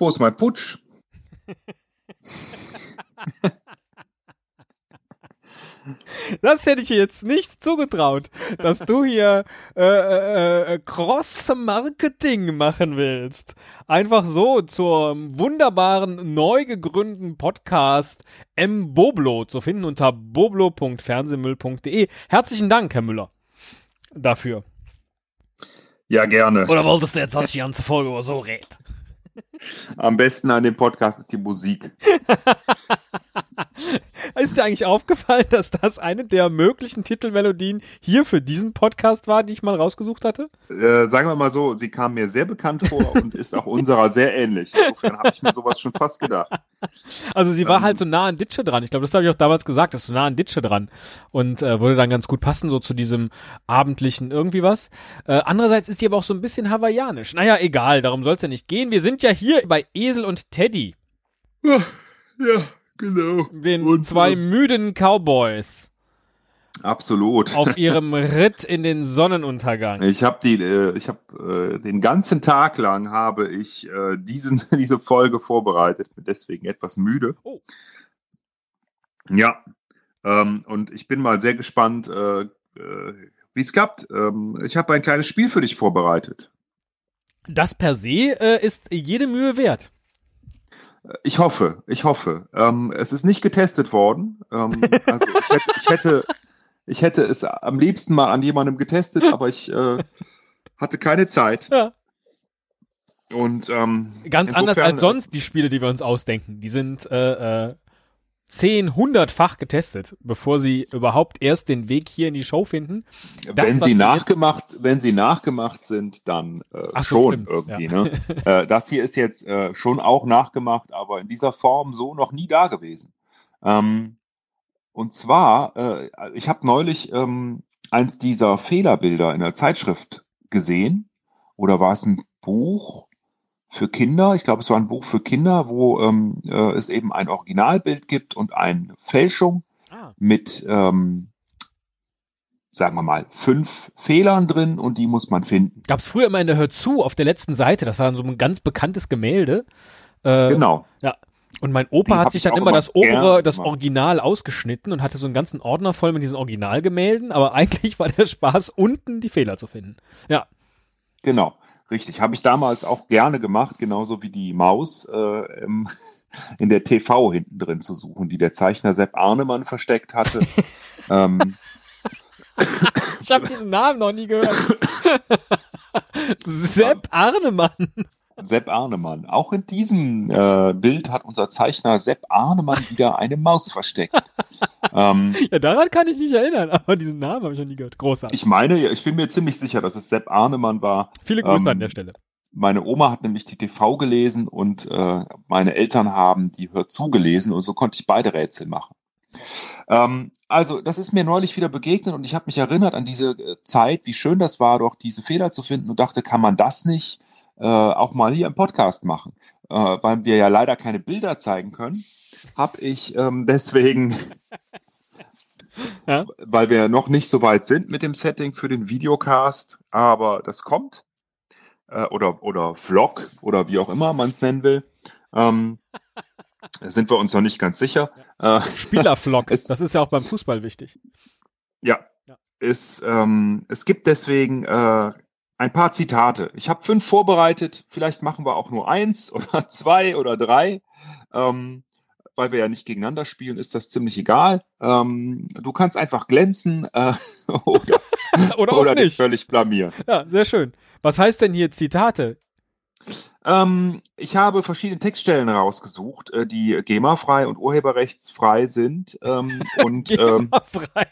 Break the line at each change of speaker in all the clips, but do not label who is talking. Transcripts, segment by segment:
ist mein Putsch?
Das hätte ich jetzt nicht zugetraut, dass du hier äh, äh, äh, Cross-Marketing machen willst. Einfach so zum wunderbaren, neu gegründeten Podcast M. Boblo zu finden unter boblo.fernsehmüll.de. Herzlichen Dank, Herr Müller, dafür.
Ja, gerne.
Oder wolltest du jetzt, dass ich die ganze Folge über so rede?
Am besten an dem Podcast ist die Musik.
Ist dir eigentlich aufgefallen, dass das eine der möglichen Titelmelodien hier für diesen Podcast war, die ich mal rausgesucht hatte?
Äh, sagen wir mal so, sie kam mir sehr bekannt vor und ist auch unserer sehr ähnlich. Insofern habe ich mir sowas schon fast gedacht.
Also sie war
Ähm.
halt so nah an Ditsche dran. Ich glaube, das habe ich auch damals gesagt, das ist so nah an Ditsche dran. Und äh, würde dann ganz gut passen, so zu diesem abendlichen irgendwie was. Äh, andererseits ist sie aber auch so ein bisschen hawaiianisch. Naja, egal, darum soll es ja nicht gehen. Wir sind ja hier bei Esel und Teddy,
Ja, genau.
den
Und,
zwei
äh,
müden Cowboys
Absolut.
auf ihrem Ritt in den Sonnenuntergang.
Ich habe die, äh, ich habe äh, den ganzen Tag lang habe ich äh, diesen, diese Folge vorbereitet, bin deswegen etwas müde.
Oh.
Ja, ähm, und ich bin mal sehr gespannt, äh, äh, wie es klappt. Ähm, ich habe ein kleines Spiel für dich vorbereitet.
Das per se äh, ist jede Mühe wert.
Ich hoffe, ich hoffe. Ähm, es ist nicht getestet worden. Ähm, also ich, hätte, ich, hätte, ich hätte es am liebsten mal an jemandem getestet, aber ich äh, hatte keine Zeit.
Ja.
Und ähm,
Ganz anders
insofern,
als sonst die Spiele, die wir uns ausdenken. Die sind äh, äh, 10, 100-fach getestet, bevor sie überhaupt erst den Weg hier in die Show finden. Das,
wenn
was
sie
wir
nachgemacht, wenn sie nachgemacht sind, dann äh,
Ach so,
schon
stimmt,
irgendwie. Ne? Äh, das hier ist jetzt äh, schon auch nachgemacht, aber in dieser Form so noch nie da gewesen. Ähm, und zwar, äh, ich habe neulich ähm, eins dieser Fehlerbilder in der Zeitschrift gesehen. Oder war es ein Buch für Kinder? Ich glaube, es war ein Buch für Kinder, wo ähm, äh, es eben ein Originalbild gibt und eine Fälschung
Ah,
mit, ähm, sagen wir mal, fünf Fehlern drin und die muss man finden.
Gab es früher immer in der Hör zu auf der letzten Seite. Das war dann so ein ganz bekanntes Gemälde. Äh,
Genau.
Und mein
Die
Opa
hab
hat sich
ich
dann
auch
immer
immer
das obere,
gern
das
gemacht.
Original ausgeschnitten und hatte so einen ganzen Ordner voll mit diesen Originalgemälden. Aber eigentlich war der Spaß, unten die Fehler zu finden.
Genau, richtig. Habe ich damals auch gerne gemacht, genauso wie die Maus äh, ähm, in der TV hinten drin zu suchen, die der Zeichner Sepp Arnemann versteckt hatte. ähm,
Ich habe diesen Namen noch nie gehört. Sepp Arnemann.
Sepp Arnemann. Auch in diesem äh, Bild hat unser Zeichner Sepp Arnemann wieder eine Maus versteckt. ähm,
Ja, daran kann ich mich erinnern, aber diesen Namen habe ich noch nie gehört. Großartig.
ich meine, ich bin mir ziemlich sicher, dass es Sepp Arnemann war,
Viele Grüße
ähm,
an der Stelle.
meine Oma hat nämlich die TV gelesen und äh, meine Eltern haben die Hör zu gelesen und so konnte ich beide Rätsel machen. Ähm, also, das ist mir neulich wieder begegnet und ich habe mich erinnert an diese äh, Zeit, wie schön das war, doch diese Fehler zu finden und dachte, kann man das nicht äh, auch mal hier im Podcast machen? Äh, weil wir ja leider keine Bilder zeigen können, habe ich ähm, deswegen,
Ja.
weil wir noch nicht so weit sind mit dem Setting für den Videocast, aber das kommt äh, oder, oder Vlog oder wie auch immer man es nennen will. Ähm, da sind wir uns noch nicht ganz sicher. Äh,
Spielerflock,
Es-
das ist ja auch beim Fußball wichtig.
ja,
Ja.
es, ähm, es gibt deswegen äh, ein paar Zitate. Ich habe fünf vorbereitet. Vielleicht machen wir auch nur eins oder zwei oder drei. Ähm, weil wir ja nicht gegeneinander spielen, ist das ziemlich egal. Ähm, du kannst einfach glänzen äh, oder,
Oder auch
oder dich
nicht.
völlig blamieren.
Ja, sehr schön. Was heißt denn hier Zitate?
Ähm, ich habe verschiedene Textstellen rausgesucht, äh, die GEMA-frei und urheberrechtsfrei sind. Ähm, und ähm,
frei.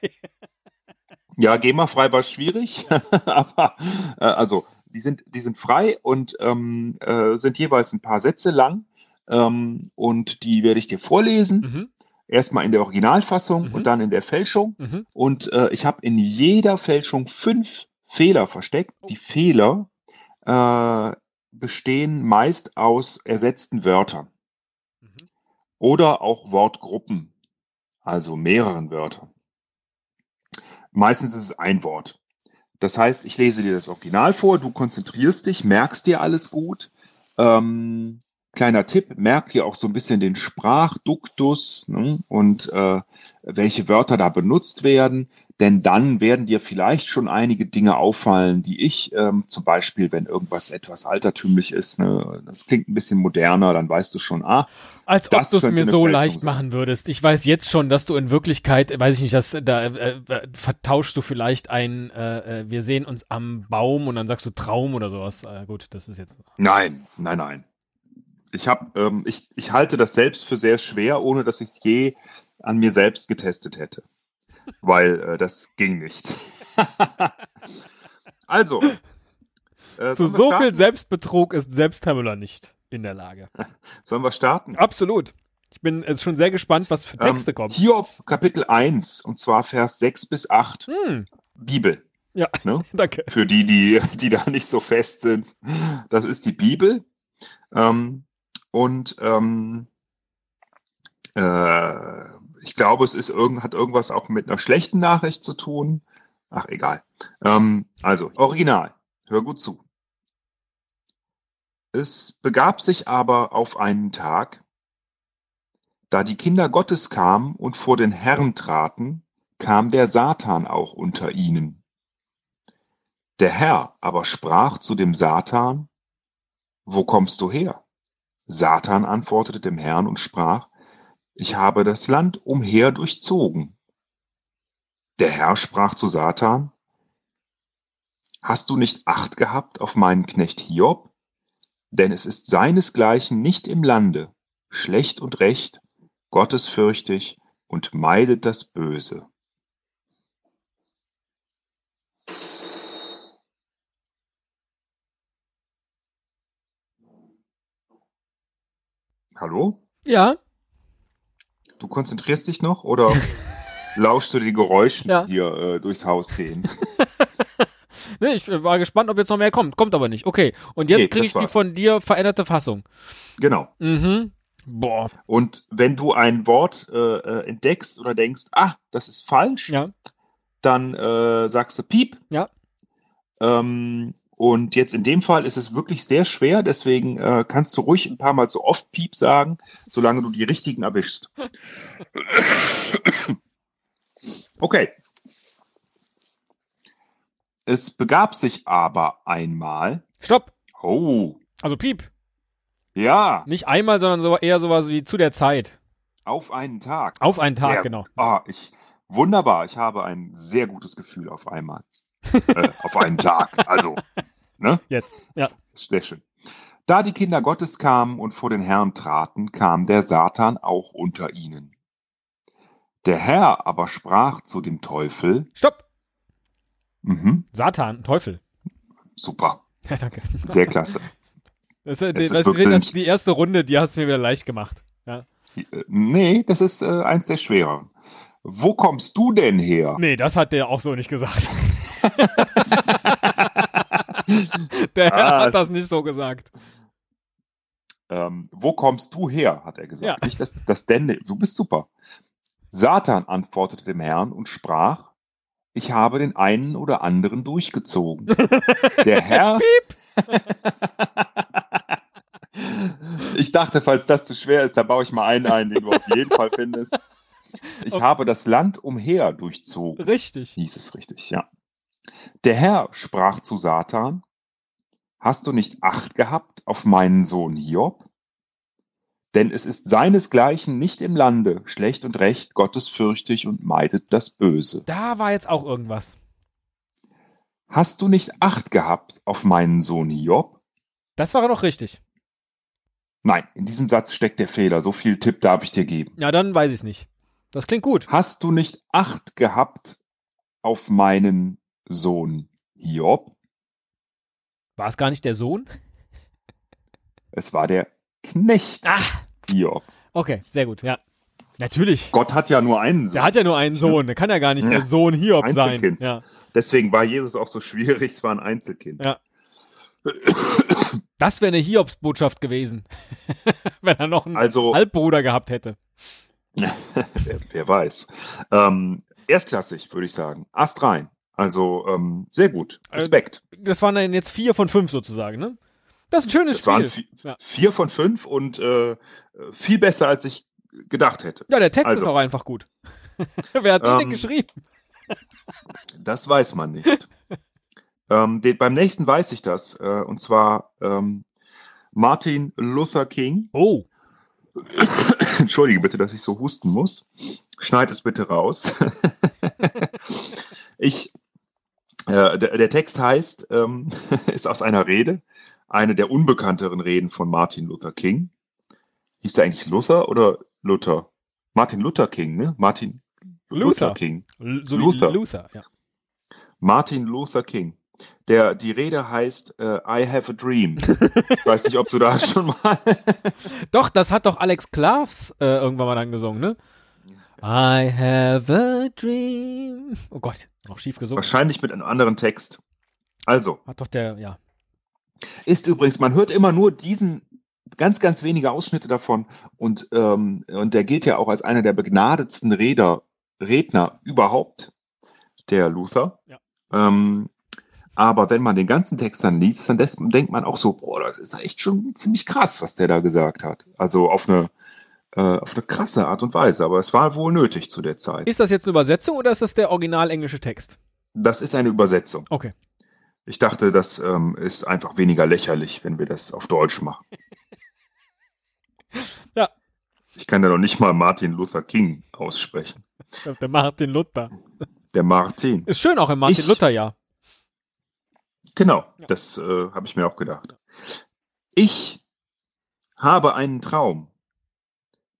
ja, GEMA-frei war schwierig, aber äh, also die sind, die sind frei und ähm, äh, sind jeweils ein paar Sätze lang. Ähm, und die werde ich dir vorlesen.
Mhm,
Erstmal in der Originalfassung
Mhm.
und dann in der Fälschung.
mhm.
Und äh, ich habe in jeder Fälschung fünf Fehler versteckt. Die Fehler äh, bestehen meist aus ersetzten Wörtern
Mhm.
oder auch Wortgruppen, also mehreren Wörtern. Meistens ist es ein Wort. Das heißt, ich lese dir das Original vor, du konzentrierst dich, merkst dir alles gut ähm, kleiner Tipp, merkt ihr auch so ein bisschen den Sprachduktus ne, und äh, welche Wörter da benutzt werden, denn dann werden dir vielleicht schon einige Dinge auffallen, die ich ähm, zum Beispiel, wenn irgendwas etwas altertümlich ist, ne, das klingt ein bisschen moderner, dann weißt du schon, ah.
Als ob
das
du es
könnte
mir
eine
so
Fälschung
leicht
sein.
machen würdest. Ich weiß jetzt schon, dass du in Wirklichkeit, weiß ich nicht, dass da äh, äh, vertauschst du vielleicht ein, äh, äh, wir sehen uns am Baum und dann sagst du Traum oder sowas. Äh, gut, das ist jetzt.
Nein, nein, nein. Ich habe, ähm, ich, ich halte das selbst für sehr schwer, ohne dass ich es je an mir selbst getestet hätte. Weil äh, das ging nicht. also. äh,
Zu
sollen wir
so viel
starten?
Selbstbetrug ist Selbsthemmler nicht in der Lage.
Sollen wir starten?
Absolut. Ich bin äh, schon sehr gespannt, was für Texte
Ähm,
kommen.
Hiob Kapitel 1, und zwar Vers 6 bis 8,
Hm,
Bibel.
ja,
Ne?
danke.
Für die, die, die da nicht so fest sind. Das ist die Bibel. Ähm, und ähm, äh, ich glaube, es ist irgend, hat irgendwas auch mit einer schlechten Nachricht zu tun. Ach, egal. Ähm, also, Original. Hör gut zu. Es begab sich aber auf einen Tag, da die Kinder Gottes kamen und vor den Herrn traten, kam der Satan auch unter ihnen. Der Herr aber sprach zu dem Satan, Wo kommst du her? Satan antwortete dem Herrn und sprach, Ich habe das Land umher durchzogen. Der Herr sprach zu Satan, Hast du nicht Acht gehabt auf meinen Knecht Hiob? Denn es ist seinesgleichen nicht im Lande, schlecht und recht, gottesfürchtig und meidet das Böse. Hallo?
Ja,
Du konzentrierst dich noch oder lauschst du den Geräuschen
Ja.
die hier äh, durchs Haus gehen?
ne, ich äh, war gespannt, ob jetzt noch mehr kommt. Kommt aber nicht. Okay. Und jetzt
Nee,
kriege
das
ich die
war's.
von dir veränderte Fassung.
Genau.
Mhm. Boah.
Und wenn du ein Wort äh, äh, entdeckst oder denkst, ah, das ist falsch,
Ja.
dann äh, sagst du Piep.
Ja.
Ähm, und jetzt in dem Fall ist es wirklich sehr schwer, deswegen äh, kannst du ruhig ein paar Mal so oft Piep sagen, solange du die richtigen erwischst. Okay. Es begab sich aber einmal.
Stopp.
Oh,
Also Piep.
ja,
Nicht einmal, sondern so, eher sowas wie zu der Zeit.
auf einen Tag.
Auf einen Tag,
Sehr
genau.
Ah, ich wunderbar. Ich habe ein sehr gutes Gefühl auf einmal. äh, auf einen Tag. Also,
Jetzt. Ja.
sehr schön. Da die Kinder Gottes kamen und vor den Herrn traten, kam der Satan auch unter ihnen. Der Herr aber sprach zu dem Teufel,
Stopp.
mhm,
Satan, Teufel.
super,
Ja, danke.
sehr klasse.
Das, äh,
Es
die,
ist
weißt du,
wirklich-
das, die erste Runde, die hast du mir wieder leicht gemacht. Ja.
Äh, Nee, das ist äh, eins der schwereren. Wo kommst du denn her?
Nee, das hat der auch so nicht gesagt. der Herr
Ah.
hat das nicht so gesagt.
Ähm, wo kommst du her? hat er gesagt.
Ja.
Nicht das, das denn, du bist super. Satan antwortete dem Herrn und sprach, ich habe den einen oder anderen durchgezogen. Der Herr. ich dachte, falls das zu schwer ist, da baue ich mal einen ein, den du auf jeden Fall findest. Ich habe das Land umher durchzogen
Richtig.
hieß es richtig, ja. Der Herr sprach zu Satan, Hast du nicht Acht gehabt auf meinen Sohn Hiob? Denn es ist seinesgleichen nicht im Lande, schlecht und recht, gottesfürchtig und meidet das Böse.
Da war jetzt auch irgendwas.
Hast du nicht Acht gehabt auf meinen Sohn Hiob?
Das war noch richtig.
Nein, in diesem Satz steckt der Fehler, so viel Tipp darf ich dir geben.
Ja, dann weiß ich es nicht. Das klingt gut.
Hast du nicht Acht gehabt auf meinen Sohn Hiob?
War es gar nicht der Sohn?
Es war der Knecht
Ah,
Hiob.
okay, sehr gut, ja. Natürlich.
Gott hat ja nur einen Sohn.
Der hat ja nur einen Sohn. Der kann ja gar nicht der
Ja.
Sohn Hiob sein.
Einzelkind.
Ja.
Deswegen war Jesus auch so schwierig, es war ein Einzelkind.
Ja. Das wäre eine Hiobsbotschaft gewesen, wenn er noch einen
Also,
Halbbruder gehabt hätte.
wer, wer weiß. Ähm, erstklassig, würde ich sagen. Ast rein. Also, ähm, sehr gut. Respekt.
Das waren dann jetzt vier von fünf sozusagen, ne? Das ist ein schönes
Es waren
Spiel.
vi-
Ja.
vier von fünf und äh, viel besser, als ich gedacht hätte.
Ja, der Text
Also.
ist auch einfach gut. Wer hat den denn
Ähm,
geschrieben?
Das weiß man nicht. ähm, den, beim nächsten weiß ich das. Äh, und zwar ähm, Martin Luther King.
Oh.
Entschuldige bitte, dass ich so husten muss. Schneid es bitte raus. ich, äh, der, der Text heißt, ähm, ist aus einer Rede, eine der unbekannteren Reden von Martin Luther King. Hieß er eigentlich Luther oder Luther? Martin Luther King, ne? Martin
Luther.
Luther King.
L- So
Luther.
Wie Luther ja.
Martin Luther King. Der, die Rede heißt äh, I have a dream. Ich weiß nicht, ob du da schon mal.
Doch, das hat doch Alex Klavs äh, irgendwann mal dann gesungen, ne? I have a dream. Oh Gott, noch schief gesungen.
Wahrscheinlich mit einem anderen Text. Also,
Hat doch der, ja.
ist übrigens, man hört immer nur diesen, ganz, ganz wenige Ausschnitte davon. Und, ähm, und der gilt ja auch als einer der begnadetsten Reder, Redner überhaupt, der Luther.
Ja.
Ähm, aber wenn man den ganzen Text dann liest, dann des, denkt man auch so, boah, das ist echt schon ziemlich krass, was der da gesagt hat. Also auf eine, äh, auf eine krasse Art und Weise. Aber es war wohl nötig zu der Zeit.
Ist das jetzt eine Übersetzung oder ist das der original englische Text?
Das ist eine Übersetzung.
Okay.
Ich dachte, das ähm, ist einfach weniger lächerlich, wenn wir das auf Deutsch machen.
Ja.
Ich kann ja noch nicht mal Martin Luther King aussprechen.
Der Martin Luther.
Der Martin.
Ist schön auch im Martin
Ich-
Luther, ja.
Genau,
Ja.
das äh, habe ich mir auch gedacht. Ich habe einen Traum,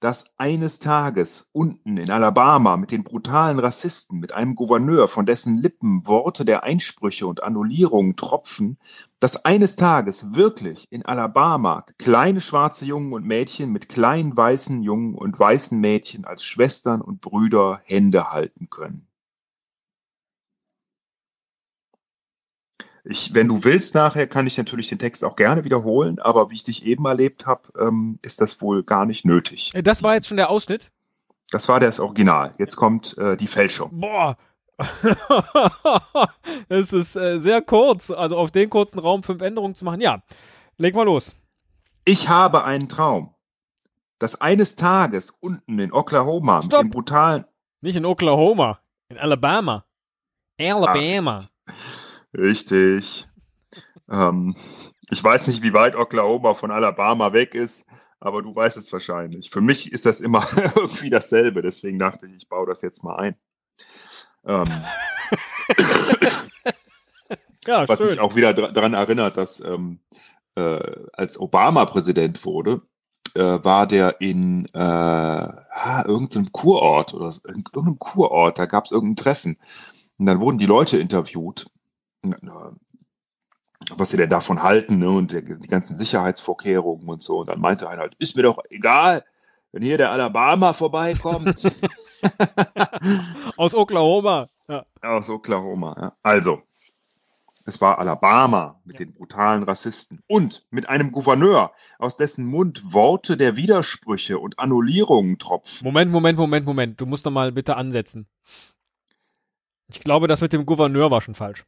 dass eines Tages unten in Alabama mit den brutalen Rassisten, mit einem Gouverneur, von dessen Lippen Worte der Einsprüche und Annullierungen tropfen, dass eines Tages wirklich in Alabama kleine schwarze Jungen und Mädchen mit kleinen weißen Jungen und weißen Mädchen als Schwestern und Brüder Hände halten können. Ich, wenn du willst, nachher kann ich natürlich den Text auch gerne wiederholen, aber wie ich dich eben erlebt habe, ähm, ist das wohl gar nicht nötig.
Äh, Das war jetzt schon der Ausschnitt.
Das war das Original. Jetzt kommt äh, die Fälschung.
Boah. es ist äh, sehr kurz, also auf den kurzen Raum fünf Änderungen zu machen. Ja, leg mal los.
Ich habe einen Traum, dass eines Tages unten in Oklahoma mit
Stopp.
dem brutalen.
Nicht in Oklahoma, in Alabama.
Ah.
Alabama.
Richtig. ähm, ich weiß nicht, wie weit Oklahoma von Alabama weg ist, aber du weißt es wahrscheinlich. Für mich ist das immer irgendwie dasselbe, deswegen dachte ich, ich baue das jetzt mal ein. Ähm,
Ja,
was
schön.
mich auch wieder dra- daran erinnert, dass ähm, äh, als Obama Präsident wurde, äh, war der in äh, ah, irgendeinem Kurort oder so, in irgendeinem Kurort, da gab es irgendein Treffen. Und dann wurden die Leute interviewt, äh, was sie denn davon halten ne? und der, die ganzen Sicherheitsvorkehrungen und so. Und dann meinte einer halt, ist mir doch egal, wenn hier der Alabama vorbeikommt.
Aus Oklahoma. Ja.
Aus Oklahoma, ja. Also, es war Alabama mit
Ja.
den brutalen Rassisten und mit einem Gouverneur, aus dessen Mund Worte der Widersprüche und Annullierungen tropfen.
Moment, Moment, Moment, Moment. Du musst noch mal bitte ansetzen. Ich glaube, das mit dem Gouverneur war schon falsch.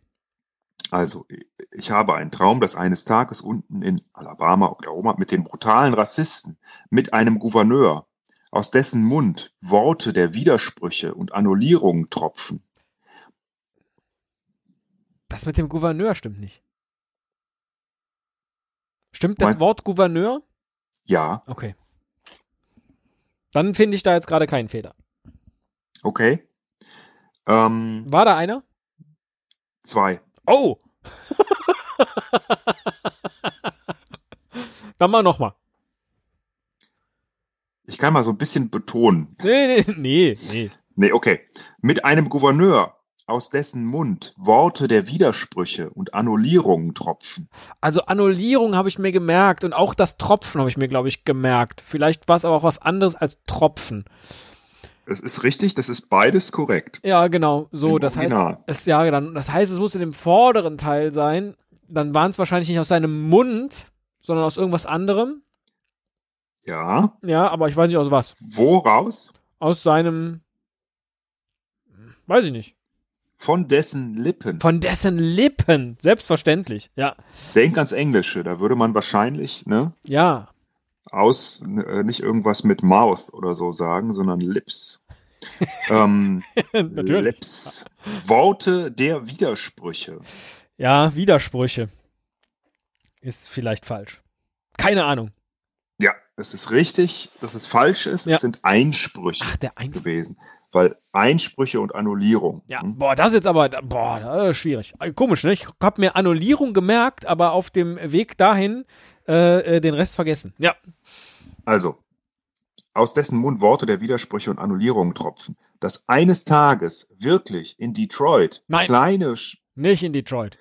Also, ich habe einen Traum, dass eines Tages unten in Alabama, Oklahoma, mit den brutalen Rassisten, mit einem Gouverneur, aus dessen Mund Worte der Widersprüche und Annullierungen tropfen.
Das mit dem Gouverneur stimmt nicht. Stimmt das
Meinst-
Wort Gouverneur?
Ja,
Okay. Dann finde ich da jetzt gerade keinen Fehler.
okay. Ähm,
War da einer?
zwei.
Oh! Dann mal nochmal.
Ich kann mal so ein bisschen betonen.
Nee, nee, nee, nee.
Nee, okay. Mit einem Gouverneur, aus dessen Mund Worte der Widersprüche und Annullierungen tropfen.
Also Annullierung habe ich mir gemerkt und auch das Tropfen habe ich mir, glaube ich, gemerkt. Vielleicht war es aber auch was anderes als Tropfen.
Es ist richtig, das ist beides korrekt.
Ja, genau. So,
Im
das heißt,
Original.
es, ja, dann, das heißt, es muss in dem vorderen Teil sein. Dann waren es wahrscheinlich nicht aus seinem Mund, sondern aus irgendwas anderem.
Ja.
Ja, aber ich weiß nicht aus was.
Woraus?
Aus seinem. Weiß ich nicht.
Von dessen Lippen.
Von dessen Lippen, selbstverständlich, ja.
Denk ans Englische, da würde man wahrscheinlich, ne,
Ja,
aus, äh, nicht irgendwas mit Mouth oder so sagen, sondern Lips. ähm,
natürlich.
Lips. Worte der Widersprüche.
Ja, Widersprüche. Ist vielleicht falsch. Keine Ahnung.
Ja, es ist richtig, dass es falsch ist.
Ja.
Es sind Einsprüche
Ach, der Einfluss.
gewesen. Weil Einsprüche und Annullierung.
Ja,
hm?
boah, das ist jetzt aber, boah, das ist schwierig. Äh, Komisch, ne? Ich habe mir Annullierung gemerkt, aber auf dem Weg dahin äh, äh, den Rest vergessen. Ja,
Also, aus dessen Mund Worte der Widersprüche und Annullierungen tropfen, dass eines Tages wirklich in Detroit
Nein.
kleine. Sch
nicht in Detroit.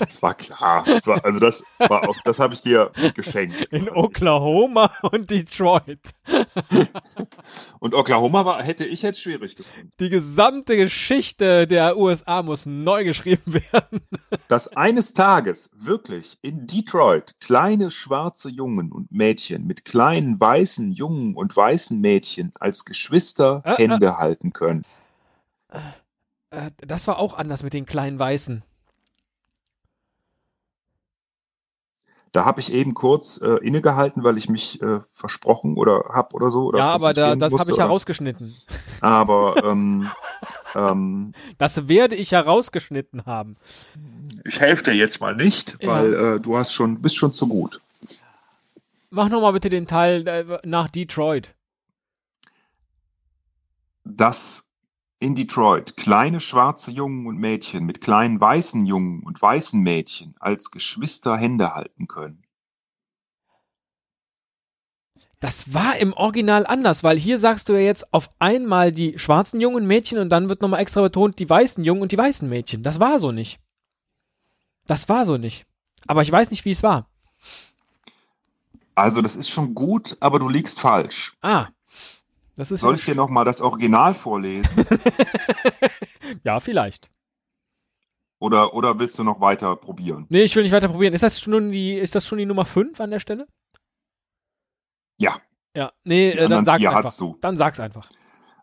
das war klar. Das war, also, das war auch, das habe ich dir geschenkt.
In Oklahoma und Detroit.
Und Oklahoma war, hätte ich jetzt schwierig gefunden.
Die gesamte Geschichte der USA muss neu geschrieben werden.
Dass eines Tages wirklich in Detroit kleine schwarze Jungen und Mädchen mit kleinen weißen Jungen und weißen Mädchen als Geschwister
Äh, äh.
Hände halten können.
Äh, das war auch anders mit den kleinen Weißen.
Da habe ich eben kurz äh, innegehalten, weil ich mich äh, versprochen oder hab oder so. Oder
ja, aber da,
konzentrieren
das habe
musste,
ich
oder-
herausgeschnitten.
Aber ähm, ähm,
Das werde ich herausgeschnitten haben.
ich helfe dir jetzt mal nicht,
Ja.
weil äh, du hast schon, bist schon zu gut.
Mach nochmal bitte den Teil äh, nach Detroit.
dass in Detroit kleine schwarze Jungen und Mädchen mit kleinen weißen Jungen und weißen Mädchen als Geschwister Hände halten können.
Das war im Original anders, weil hier sagst du ja jetzt auf einmal die schwarzen jungen Mädchen und dann wird nochmal extra betont die weißen Jungen und die weißen Mädchen. Das war so nicht. Das war so nicht. Aber ich weiß nicht, wie es war.
Also das ist schon gut, aber du liegst falsch.
Ah. Das ist
Soll ich dir nochmal das Original vorlesen?
ja vielleicht.
Oder, oder willst du noch weiter probieren?
Nee, ich will nicht weiter probieren. Ist das schon die, ist das schon die Nummer 5 an der Stelle?
Ja.
Ja. Nee,
Die
äh, dann
anderen
sag's
vier
einfach.
hat's so.
Dann sag's einfach.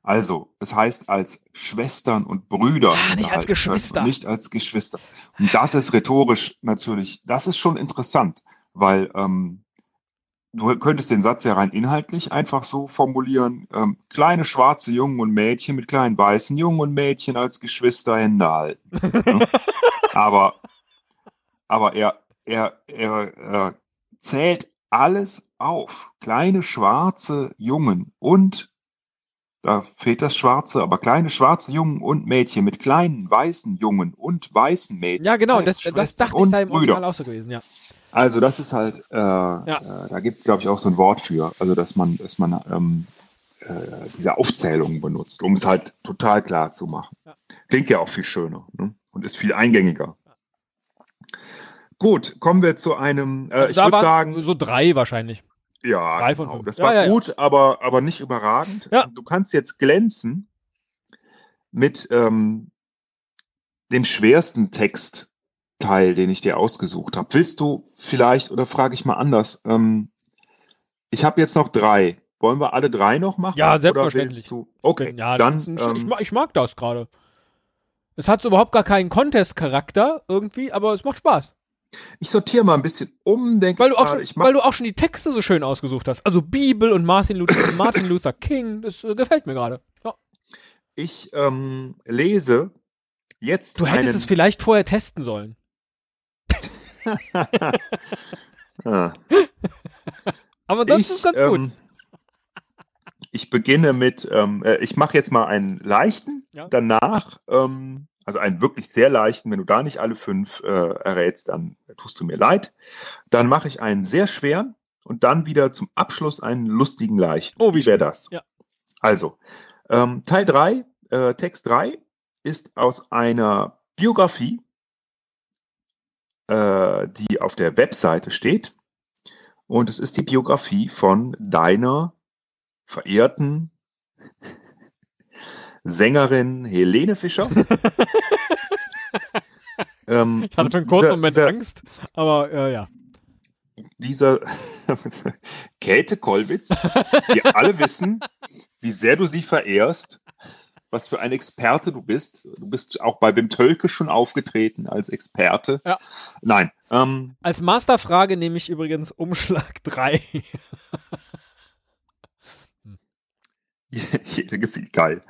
Also, es heißt als Schwestern und Brüder.
Ah, nicht als
unterhalten können und
Geschwister.
Nicht als Geschwister. Und das ist rhetorisch natürlich, das ist schon interessant, weil ähm, du könntest den Satz ja rein inhaltlich einfach so formulieren. Ähm, kleine schwarze Jungen und Mädchen mit kleinen weißen Jungen und Mädchen als Geschwister Hände halten. Ne? aber aber er, er, er, er äh, zählt alles auf. Kleine schwarze Jungen und, da fehlt das Schwarze, aber kleine schwarze Jungen und Mädchen mit kleinen weißen Jungen und weißen Mädchen.
Ja, genau,
als
das, das
Schwestern
dachte ich
Äh, und
sei im
Brüder.
Original auch so gewesen, ja.
Also das ist halt, äh, äh, da gibt es, glaube ich, auch so ein Wort für. Also dass man, dass man ähm, äh, diese Aufzählungen benutzt, um es halt total klar zu machen.
Ja.
Klingt ja auch viel schöner ne? und ist viel eingängiger. Gut, kommen wir zu einem, äh,
Also
ich
da
würde
waren
sagen,
so drei wahrscheinlich.
ja,
drei von
genau.
fünf.
das
Ja,
war
ja, ja.
gut, aber, aber nicht überragend.
Ja.
Du kannst jetzt glänzen mit ähm, dem schwersten Textteil, den ich dir ausgesucht habe. Willst du vielleicht, oder frage ich mal anders, ähm, ich habe jetzt noch drei. Wollen wir alle drei noch machen?
Ja, selbstverständlich.
Oder willst du? Okay,
Ja,
dann.
das ist ein, Sch- ich,
ähm,
ma- ich mag das gerade. Es hat so überhaupt gar keinen Contest-Charakter irgendwie, aber es macht Spaß.
ich sortiere mal ein bisschen um, denke
Weil du, auch
gerade,
schon,
ich. Mach,
weil du auch schon die Texte so schön ausgesucht hast. Also Bibel und Martin Luther, Martin Luther King, das äh, gefällt mir gerade. Ja.
ich ähm, lese jetzt.
Du hättest
einen,
es vielleicht vorher testen sollen.
Ah.
Aber sonst ist es ganz
ähm,
gut.
Ich beginne mit, ähm, äh, ich mache jetzt mal einen leichten,
Ja.
danach, ähm, also einen wirklich sehr leichten, wenn du da nicht alle fünf äh, errätst, dann tust du mir leid. Dann mache ich einen sehr schweren und dann wieder zum Abschluss einen lustigen leichten.
Oh, wie
wäre das?
Ja.
Also, ähm, Teil 3, äh, Text 3 ist aus einer Biografie, äh, die auf der Webseite steht. Und es ist die Biografie von deiner verehrten Sängerin Helene Fischer. ähm,
Ich hatte
und
für einen kurzen
dieser-
Moment
dieser-
Angst, aber äh, ja.
dieser Käthe Kollwitz, wir alle wissen, wie sehr du sie verehrst, was für ein Experte du bist. Du bist auch bei Wim Tölke schon aufgetreten als Experte.
Ja.
Nein. Ähm,
Als Masterfrage nehme ich übrigens Umschlag 3.
jeder gesieht geil.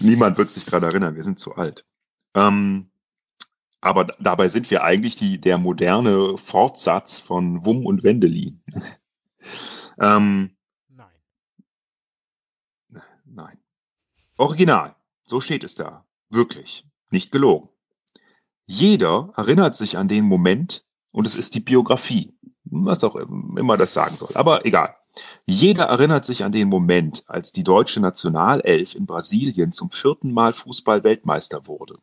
Niemand wird sich dran erinnern, wir sind zu alt. Ähm, aber d- dabei sind wir eigentlich die, der moderne Fortsatz von Wum und Wendelin. ähm,
Nein.
Nein. Original. So steht es da. Wirklich. Nicht gelogen. Jeder erinnert sich an den Moment und es ist die Biografie. Was auch immer das sagen soll. Aber egal. Jeder erinnert sich an den Moment, als die deutsche Nationalelf in Brasilien zum vierten Mal Fußball-Weltmeister wurde.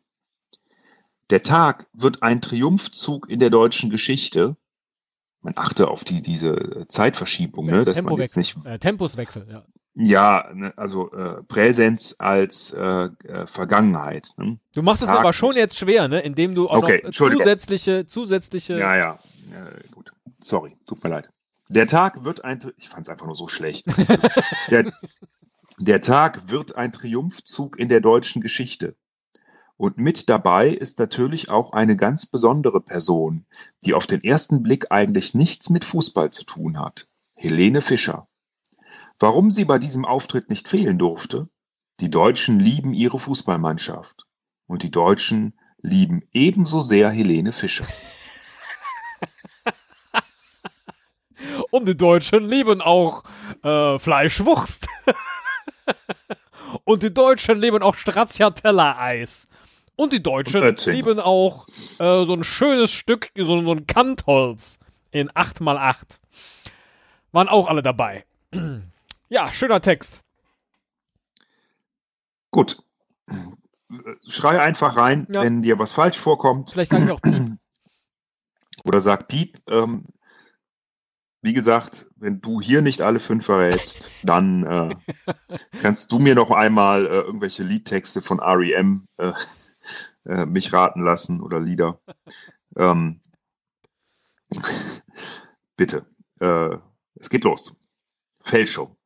Der Tag wird ein Triumphzug in der deutschen Geschichte. Man achte auf die, diese Zeitverschiebung, ne, dass man jetzt
Tempowechsel.
nicht
Äh, Tempuswechsel, ja.
ja, ne, also äh, Präsenz als äh, äh, Vergangenheit. Ne?
Du machst es mir
Tag
aber schon
ist-
jetzt schwer, ne? Indem du auch
Okay,
noch
Entschuldigung.
zusätzliche, zusätzliche.
Ja, ja, äh, gut. Sorry, tut mir leid. Der Tag wird ein, ich fand's einfach nur so schlecht. der, der Tag wird ein Triumphzug in der deutschen Geschichte. Und mit dabei ist natürlich auch eine ganz besondere Person, die auf den ersten Blick eigentlich nichts mit Fußball zu tun hat. Helene Fischer. Warum sie bei diesem Auftritt nicht fehlen durfte? Die Deutschen lieben ihre Fußballmannschaft. Und die Deutschen lieben ebenso sehr Helene Fischer.
Und die Deutschen lieben auch äh, Fleischwurst. Und die Deutschen lieben auch Stracciatella-Eis. Und die Deutschen
Und Oettinger.
lieben auch äh, so ein schönes Stück, so, so ein Kantholz in 8x8. Waren auch alle dabei. Ja, schöner Text.
Gut. Schrei einfach rein,
Ja.
wenn dir was falsch vorkommt
Vielleicht sage ich auch Piep.
oder sag Piep. Ähm, wie gesagt, wenn du hier nicht alle fünf verrätst, dann äh, kannst du mir noch einmal äh, irgendwelche Liedtexte von REM äh, äh, mich raten lassen oder Lieder. Ähm, bitte. Äh, es geht los. Fälschung.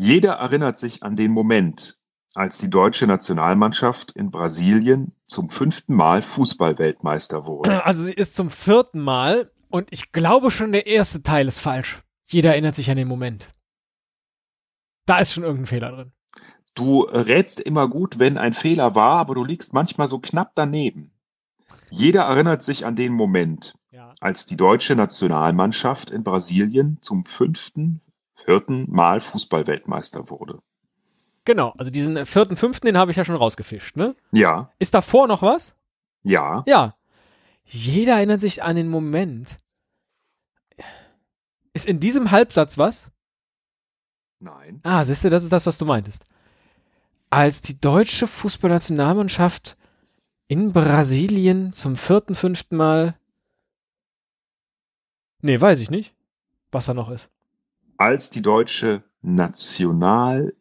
Jeder erinnert sich an den Moment, als die deutsche Nationalmannschaft in Brasilien zum fünften Mal Fußballweltmeister wurde.
Also sie ist zum vierten Mal und ich glaube schon der erste Teil ist falsch. Jeder erinnert sich an den Moment. Da ist schon irgendein Fehler drin.
Du rätst immer gut, wenn ein Fehler war, aber du liegst manchmal so knapp daneben. Jeder erinnert sich an den Moment,
Ja.
als die deutsche Nationalmannschaft in Brasilien zum fünften, vierten Mal Fußballweltmeister wurde.
Genau, also diesen vierten, fünften, den habe ich ja schon rausgefischt, ne?
Ja,
Ist davor noch was?
ja.
Ja. Jeder erinnert sich an den Moment. Ist in diesem Halbsatz was?
Nein.
Ah, siehst du, das ist das, was du meintest. Als die deutsche Fußballnationalmannschaft in Brasilien zum vierten, fünften Mal. Nee, weiß ich nicht, was da noch ist.
Als die deutsche Nationalelf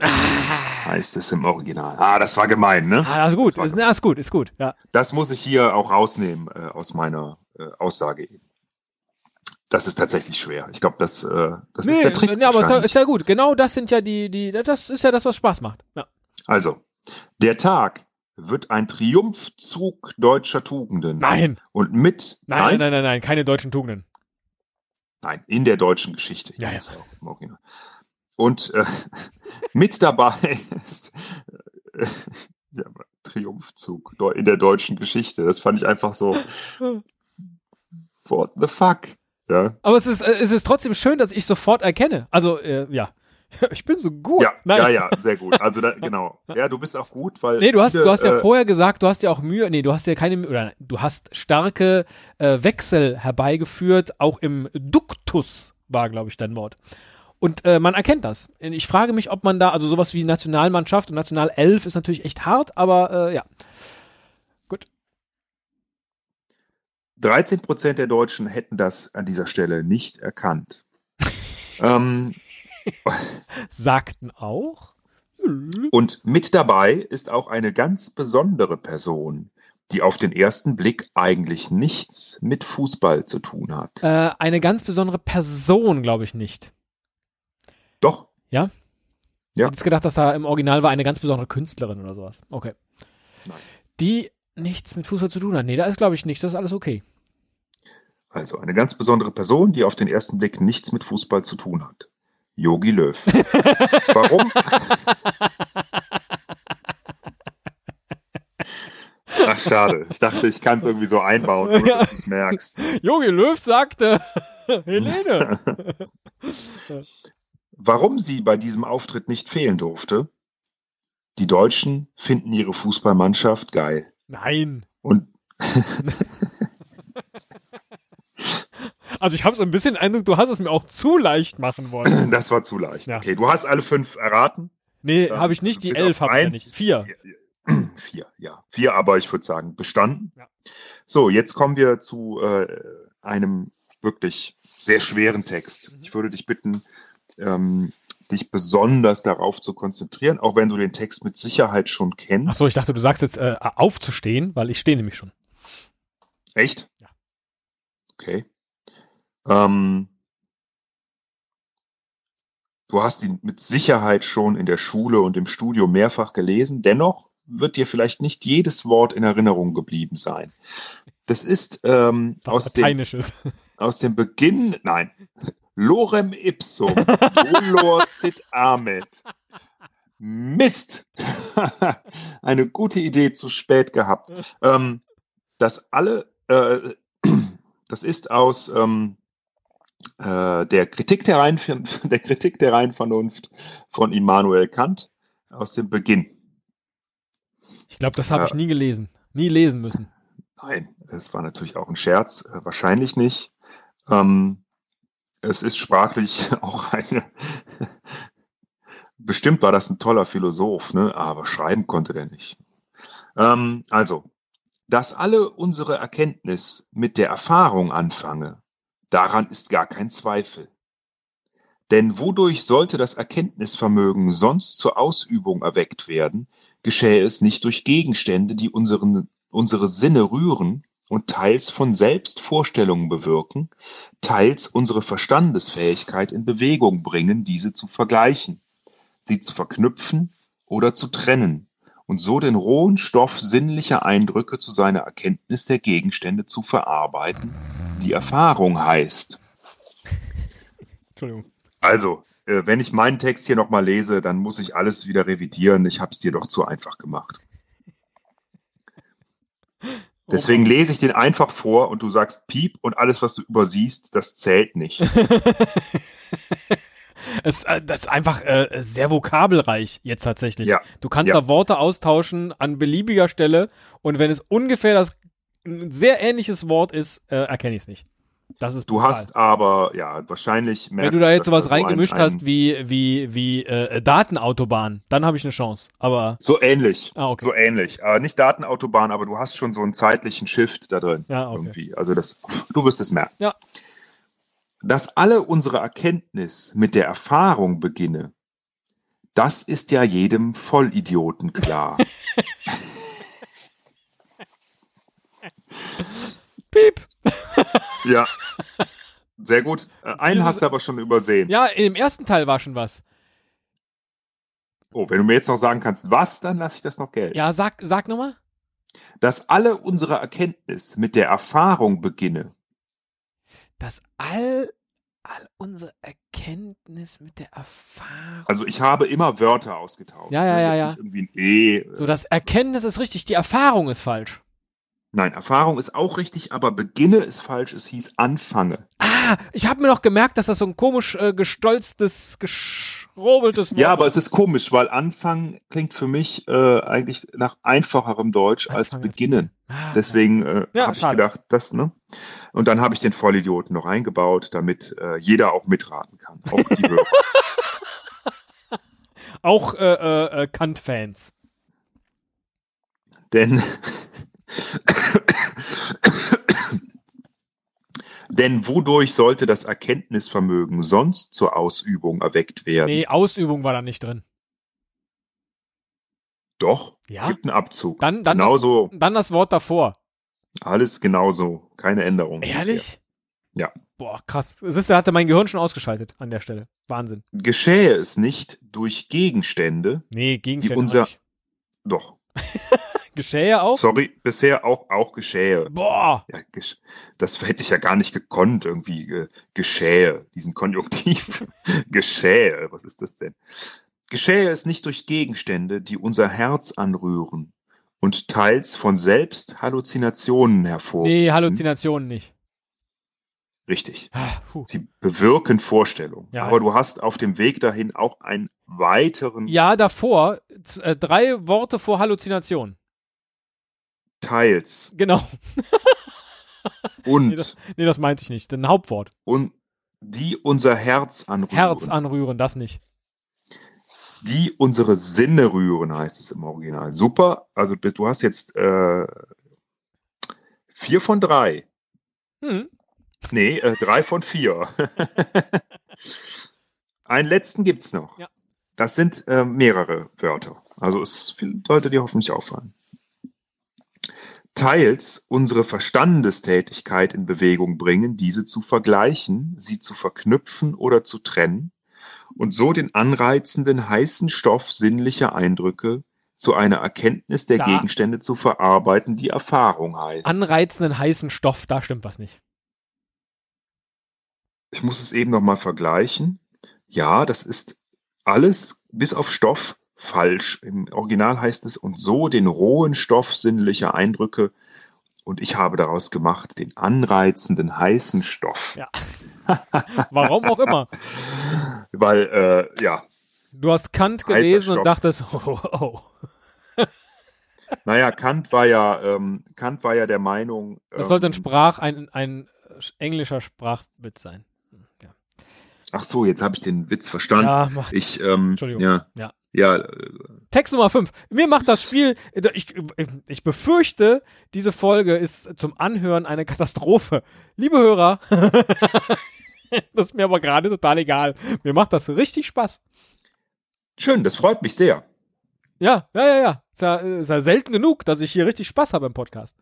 heißt es im Original. Ah, das war gemein, ne?
Ah, das ist gut,
Das war
ist, das ist gut, ist gut, ja.
Das muss ich hier auch rausnehmen äh, aus meiner äh, Aussage. eben. Das ist tatsächlich schwer. Ich glaube, das, äh, das ist der Trick.
nee, aber ist ja,
wahrscheinlich.
ist ja gut. Genau das sind ja die, die, das ist ja das, was Spaß macht. Ja.
Also, der Tag wird ein Triumphzug deutscher Tugenden.
Nein.
Und mit,
Nein, nein, nein, nein, nein, keine deutschen Tugenden.
Nein, in der deutschen Geschichte.
Ja,
hieß
ja.
es auch im Original. Und äh, mit dabei ist äh, ja, aber Triumphzug deu- in der deutschen Geschichte. Das fand ich einfach so. What the fuck? Ja.
Aber es ist, äh, es ist trotzdem schön, dass ich sofort erkenne. Also, äh, ja. Ich bin so gut.
Ja,
Nein.
ja, ja, sehr gut. Also da, genau. Ja, du bist auch gut, weil.
Nee, du hast,
viele,
du hast ja
äh,
vorher gesagt, du hast ja auch Mühe, nee, du hast ja keine Mühe, oder nein, du hast starke äh, Wechsel herbeigeführt, auch im Duktus war, glaube ich, dein Wort. Und äh, man erkennt das. Ich frage mich, ob man da, also sowas wie Nationalmannschaft und Nationalelf ist natürlich echt hart, aber äh, ja.
13 Prozent der Deutschen hätten das an dieser Stelle nicht erkannt. ähm,
Sagten auch. Hm.
Und mit dabei ist auch eine ganz besondere Person, die auf den ersten Blick eigentlich nichts mit Fußball zu tun hat.
Äh, eine ganz besondere Person, glaube ich nicht.
Doch.
Ja? Ja. Ich hätte jetzt gedacht, dass da im Original war eine ganz besondere Künstlerin oder sowas. Okay. Nein. Die nichts mit Fußball zu tun hat. Nee, da ist, glaube ich, nichts. Das ist alles okay.
Also eine ganz besondere Person, die auf den ersten Blick nichts mit Fußball zu tun hat. Yogi Löw. Warum? Ach, schade. Ich dachte, ich kann es irgendwie so einbauen, ohne dass du es merkst.
Yogi Löw sagte, Helene.
Warum sie bei diesem Auftritt nicht fehlen durfte? Die Deutschen finden ihre Fußballmannschaft geil.
Nein.
Und
also ich habe so ein bisschen den Eindruck, du hast es mir auch zu leicht machen wollen.
Das war zu leicht.
Ja.
Okay, du hast alle fünf erraten.
Nee, habe ich nicht. Die
bis
elf
auf
habe ich ja
eins.
nicht. Vier.
Vier, ja. Vier, aber ich würde sagen, bestanden.
Ja.
So, jetzt kommen wir zu äh, einem wirklich sehr schweren Text.
Mhm.
Ich würde dich bitten, ähm, dich besonders darauf zu konzentrieren, auch wenn du den Text mit Sicherheit schon kennst.
Achso, ich dachte, du sagst jetzt äh, aufzustehen, weil ich stehe nämlich schon.
Echt?
Ja.
Okay. Ähm, du hast ihn mit Sicherheit schon in der Schule und im Studio mehrfach gelesen. Dennoch wird dir vielleicht nicht jedes Wort in Erinnerung geblieben sein. Das ist ähm,
Was
aus, dem,
Lateinisches.
aus dem Beginn, nein, Lorem Ipsum, Dolor sit amet. Mist! Eine gute Idee, zu spät gehabt. Ähm, das alle, äh, das ist aus ähm, äh, der, Kritik der, Rein, der Kritik der Reinvernunft von Immanuel Kant aus dem Beginn.
Ich glaube, das habe
Ja.
ich nie gelesen. Nie lesen müssen.
Nein, es war natürlich auch ein Scherz, äh, wahrscheinlich nicht. Ähm, es ist sprachlich auch eine. Bestimmt war das ein toller Philosoph, ne? aber schreiben konnte der nicht. Ähm, also, dass alle unsere Erkenntnis mit der Erfahrung anfange, daran ist gar kein Zweifel. Denn wodurch sollte das Erkenntnisvermögen sonst zur Ausübung erweckt werden, geschähe es nicht durch Gegenstände, die unseren unsere Sinne rühren und teils von selbst Vorstellungen bewirken, teils unsere Verstandesfähigkeit in Bewegung bringen, diese zu vergleichen, sie zu verknüpfen oder zu trennen und so den rohen Stoff sinnlicher Eindrücke zu seiner Erkenntnis der Gegenstände zu verarbeiten, die Erfahrung heißt.
Entschuldigung.
Also, äh, wenn ich meinen Text hier nochmal lese, dann muss ich alles wieder revidieren. Ich hab's dir doch zu einfach gemacht. Deswegen lese ich den einfach vor und du sagst Piep und alles, was du übersiehst, das zählt nicht.
Es, äh, das ist einfach äh, sehr vokabelreich jetzt tatsächlich.
Ja.
Du kannst
Ja.
da Worte austauschen an beliebiger Stelle und wenn es ungefähr das ein sehr ähnliches Wort ist, äh, erkenne ich es nicht. Das ist
Du
brutal.
hast aber, ja, wahrscheinlich
Wenn
merkst
du da jetzt
dass
sowas
so ein-
reingemischt
ein-
hast wie wie wie äh, Datenautobahn, dann habe ich eine Chance. Aber
So ähnlich.
ah okay.
So ähnlich. Äh, nicht Datenautobahn, aber du hast schon so einen zeitlichen Shift da drin.
ja, okay.
Irgendwie. Also das, du wirst es merken.
Ja.
Dass alle unsere Erkenntnis mit der Erfahrung beginne, das ist ja jedem Vollidioten klar.
Piep.
ja. Sehr gut. Äh, Einen
Dieses-
hast du aber schon übersehen.
Ja, im ersten Teil war schon was.
Oh, wenn du mir jetzt noch sagen kannst, was, dann lasse ich das noch gelten.
Ja, sag sag nochmal.
Dass alle unsere Erkenntnis mit der Erfahrung beginne,
dass all, all unsere Erkenntnis mit der Erfahrung.
also ich habe immer Wörter ausgetauscht.
Ja, ja,
ne?
ja,
Jetzt
ja.
nicht Irgendwie ein E. äh,
so, das Erkenntnis ist richtig, die Erfahrung ist falsch.
Nein, Erfahrung ist auch richtig, aber beginne ist falsch. Es hieß anfange.
Ah, ich habe mir noch gemerkt, dass das so ein komisch äh, gestolztes, geschrobeltes Wort
Ja, aber
ist.
es ist komisch, weil anfangen klingt für mich äh, eigentlich nach einfacherem Deutsch als
Anfangen als
beginnen.
Ah,
Deswegen äh,
Ja,
habe ich
schade.
gedacht, das, ne? Und dann habe ich den Vollidioten noch eingebaut, damit äh, jeder auch mitraten kann. Auch die Hörer.
Auch äh, äh, äh, Kant-Fans.
Denn, denn wodurch sollte das Erkenntnisvermögen sonst zur Ausübung erweckt werden?
Nee, Ausübung war da nicht drin.
Doch,
Ja?
gibt einen Abzug.
Dann, dann, das,
genauso,
dann das Wort davor.
alles genauso, keine Änderung.
Ehrlich?
Ja.
Boah, krass. Siehst du, hatte mein Gehirn schon ausgeschaltet an der Stelle. Wahnsinn.
Geschähe es nicht durch Gegenstände,
Nee, Gegenstände.
unser-
hab ich.
doch,
Geschähe auch?
sorry, bisher auch, auch Geschähe.
Boah.
Ja, gesch- das hätte ich ja gar nicht gekonnt, irgendwie äh, geschähe, diesen Konjunktiv. geschähe, was ist das denn? Geschähe es nicht durch Gegenstände, die unser Herz anrühren und teils von selbst Halluzinationen hervorrufen.
Nee, Halluzinationen nicht.
Richtig.
Ah, puh.
Sie bewirken Vorstellungen.
Ja.
Aber du hast auf dem Weg dahin auch einen weiteren
Ja, davor, z- äh, drei Worte vor Halluzination.
Teils
Genau.
und,
Nee, das- Nee, das meinte ich nicht. Ein Hauptwort.
und die unser Herz anrühren.
Herz anrühren, das nicht.
die unsere Sinne rühren, heißt es im Original. Super. Also bist- du hast jetzt äh, vier von drei.
Hm.
Nee, äh, drei von vier. Einen letzten gibt's noch.
Ja.
Das sind äh, mehrere Wörter. Also es viel- sollte dir hoffentlich auffallen. Teils unsere Verstandestätigkeit in Bewegung bringen, diese zu vergleichen, sie zu verknüpfen oder zu trennen und so den anreizenden heißen Stoff sinnlicher Eindrücke zu einer Erkenntnis der
Da-
Gegenstände zu verarbeiten, die Erfahrung heißt.
Anreizenden heißen Stoff, da stimmt was nicht.
ich muss es eben nochmal vergleichen. Ja, das ist alles bis auf Stoff falsch. Im Original heißt es und so den rohen Stoff sinnlicher Eindrücke. Und ich habe daraus gemacht den anreizenden heißen Stoff.
Ja. Warum auch immer.
Weil, äh, ja,
Du hast Kant
Heißer
gelesen und
Stoff.
dachtest, oh, oh, oh.
naja, Kant war ja, ähm, Kant war ja der Meinung.
Das
ähm,
sollte ein Sprach, ein, ein englischer Sprachwitz sein. Ja,
Ach so, jetzt habe ich den Witz verstanden.
ja mach
Ich, ähm,
Entschuldigung.
Ja,
Ja.
ja, äh,
Text Nummer 5. Mir macht das Spiel, ich, ich befürchte, diese Folge ist zum Anhören eine Katastrophe. Liebe Hörer, das ist mir aber gerade total egal. Mir macht das richtig Spaß.
schön, das freut mich sehr.
Ja, ja, ja, ja. Ist ja, äh, ist ja selten genug, dass ich hier richtig Spaß habe im Podcast.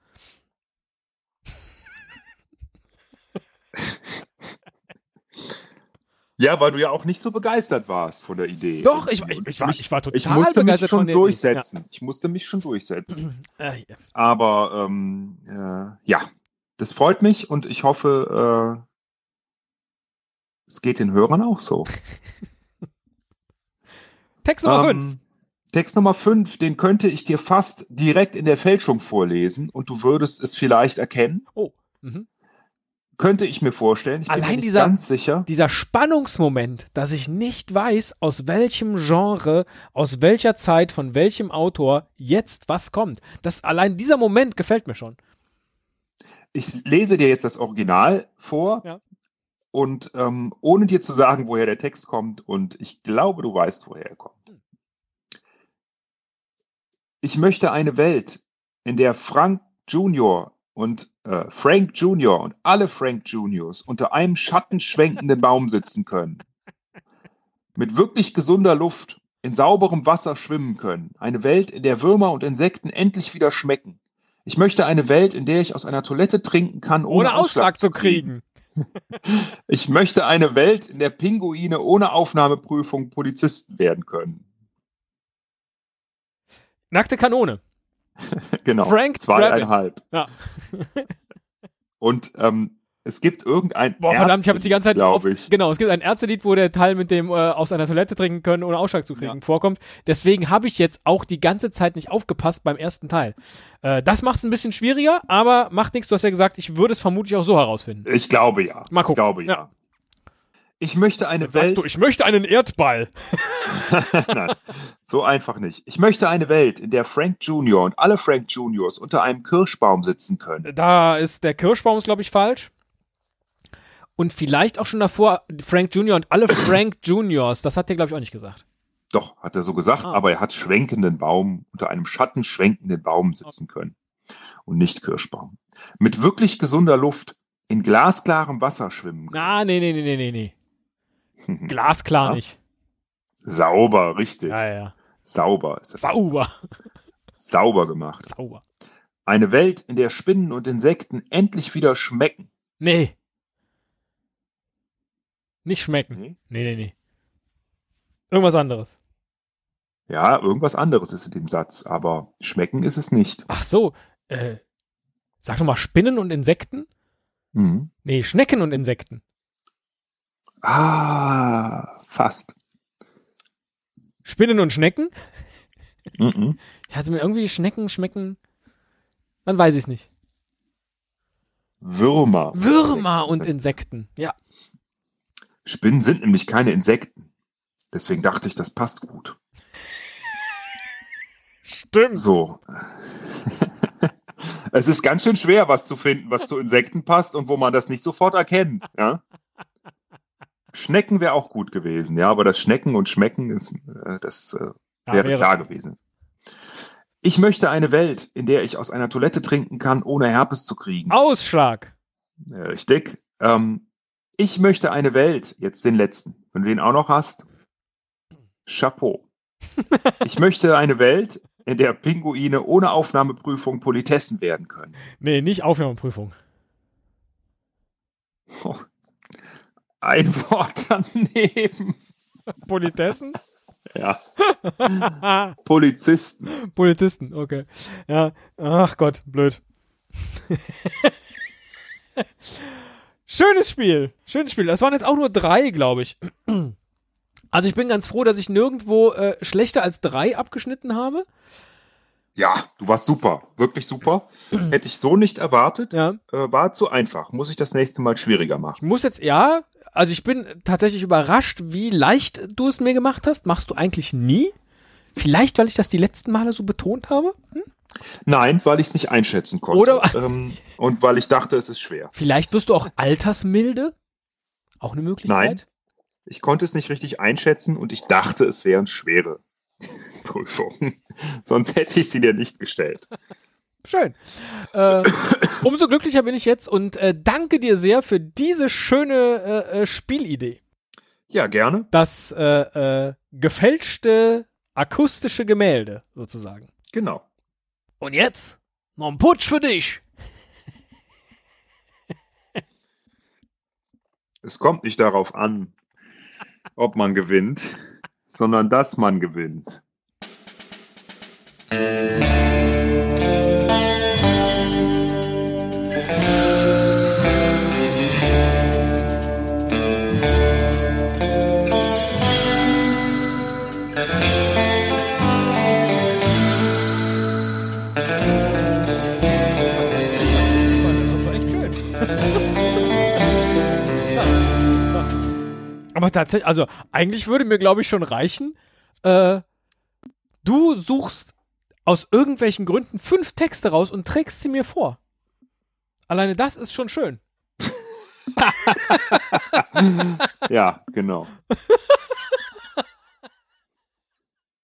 Ja, weil du ja auch nicht so begeistert warst von der Idee.
Doch, ich,
Irgendwie.
ich,
Und
ich, war,
mich-
ich war total
Ich musste mich
begeistert von
schon
der
durchsetzen. Ich musste mich schon durchsetzen.
Ja. Äh, ja.
Aber ähm, äh, ja, das freut mich und ich hoffe, äh, es geht den Hörern auch so.
Text Nummer 5.
Ähm, Text Nummer 5, den könnte ich dir fast direkt in der Fälschung vorlesen und du würdest es vielleicht erkennen.
Oh, mhm.
Könnte ich mir vorstellen. Ich bin
Allein
mir nicht
dieser-
ganz sicher.
dieser Spannungsmoment, dass ich nicht weiß, aus welchem Genre, aus welcher Zeit, von welchem Autor jetzt was kommt. Das allein dieser Moment gefällt mir schon.
Ich lese dir jetzt das Original vor
Ja.
und ähm, ohne dir zu sagen, woher der Text kommt und ich glaube, du weißt, woher er kommt. Ich möchte eine Welt, in der Frank Junior und äh, Frank Junior und alle Frank Juniors unter einem schattenschwenkenden Baum sitzen können. Mit wirklich gesunder Luft, in sauberem Wasser schwimmen können. Eine Welt, in der Würmer und Insekten endlich wieder schmecken. Ich möchte eine Welt, in der ich aus einer Toilette trinken kann, ohne,
Ohne Ausschlag zu kriegen.
Ich möchte eine Welt, in der Pinguine ohne Aufnahmeprüfung Polizisten werden können.
Nackte Kanone.
Genau.
Frank
zweieinhalb.
Ja.
Und ähm, es gibt irgendein.
Boah, verdammt, ich habe jetzt die ganze Zeit. auf-
Glaube ich.
Genau, es gibt ein Ärztelied, wo der Teil mit dem äh, aus einer Toilette trinken können, ohne Ausschlag zu kriegen, vorkommt. Deswegen habe ich jetzt auch die ganze Zeit nicht aufgepasst beim ersten Teil. Äh, das macht es ein bisschen schwieriger, aber macht nichts. Du hast ja gesagt, ich würde es vermutlich auch so herausfinden.
Ich glaube ja.
Mal gucken.
Ich glaube ja.
Ja.
Ich möchte eine
Jetzt
Welt.
sagst du, ich möchte einen Erdball.
Nein, so einfach nicht. Ich möchte eine Welt, in der Frank Junior und alle Frank Juniors unter einem Kirschbaum sitzen können.
Da ist der Kirschbaum, ist, glaube ich, falsch. Und vielleicht auch schon davor Frank Junior und alle Frank Juniors. Das hat der, glaube ich, auch nicht gesagt.
Doch, hat er so gesagt,
Ah.
aber er hat schwenkenden Baum, unter einem schattenschwenkenden Baum sitzen können. Und nicht Kirschbaum. Mit wirklich gesunder Luft in glasklarem Wasser schwimmen.
Na, Ah, nee, nee, nee, nee, nee, nee.
können.
Glasklar
Ja.
nicht.
Sauber, richtig.
Ja, ja, ja.
Sauber ist das.
Sauber.
Sauber gemacht.
Sauber.
Eine Welt, in der Spinnen und Insekten endlich wieder schmecken.
Nee. Nicht schmecken.
Nee?
Nee, nee, nee. Irgendwas anderes.
Ja, irgendwas anderes ist in dem Satz, aber schmecken ist es nicht.
Ach so, äh, sag doch mal Spinnen und Insekten?
Mhm.
Nee, Schnecken und Insekten.
Ah, fast.
Spinnen und Schnecken?
Mhm.
Ich hatte mir irgendwie Schnecken, Schmecken. Dann weiß ich es nicht.
Würmer.
Würmer und Insekten. Ja.
Spinnen sind nämlich keine Insekten. Deswegen dachte ich, das passt gut.
Stimmt.
So. es ist ganz schön schwer, was zu finden, was zu Insekten passt und wo man das nicht sofort erkennt. Ja? Schnecken wäre auch gut gewesen, ja, aber das Schnecken und Schmecken ist, äh, das äh, wäre klar gewesen. Ich möchte eine Welt, in der ich aus einer Toilette trinken kann, ohne Herpes zu kriegen.
Ausschlag.
Ja, Richtig. Ähm, ich möchte eine Welt, jetzt den letzten, wenn du den auch noch hast. Chapeau. Ich möchte eine Welt, in der Pinguine ohne Aufnahmeprüfung Politessen werden können.
Nee, nicht Aufnahmeprüfung.
Oh. Ein Wort daneben.
Politessen?
Ja, Polizisten.
Politisten, okay. Ja, ach Gott, blöd. Schönes Spiel, schönes Spiel. Das waren jetzt auch nur drei, glaube ich. Also ich bin ganz froh, dass ich nirgendwo äh, schlechter als drei abgeschnitten habe.
Ja, du warst super, wirklich super. Hätte ich so nicht erwartet.
Ja.
Äh, war zu einfach. Muss ich das nächste Mal schwieriger machen.
Ich muss jetzt, ja, also ich bin tatsächlich überrascht, wie leicht du es mir gemacht hast. Machst du eigentlich nie? Vielleicht, weil ich das die letzten Male so betont habe?
Nein, weil ich es nicht einschätzen konnte.
Oder-
ähm, und weil ich dachte, es ist schwer.
Vielleicht wirst du auch altersmilde? Auch eine Möglichkeit?
Ich konnte es nicht richtig einschätzen und ich dachte, es wären schwere Prüfungen. Sonst hätte ich sie dir nicht gestellt.
Schön. Äh, umso glücklicher bin ich jetzt und äh, danke dir sehr für diese schöne äh, äh, Spielidee.
Ja, gerne.
Das äh, äh, gefälschte akustische Gemälde sozusagen.
Genau.
Und jetzt noch ein Putsch für dich.
Es kommt nicht darauf an, ob man gewinnt, sondern dass man gewinnt.
Das war, das war echt schön. Ja, ja. Aber tatsächlich, also eigentlich würde mir, glaube ich, schon reichen, äh, du suchst aus irgendwelchen Gründen fünf Texte raus und trägst sie mir vor. Alleine das ist schon schön.
Ja, genau.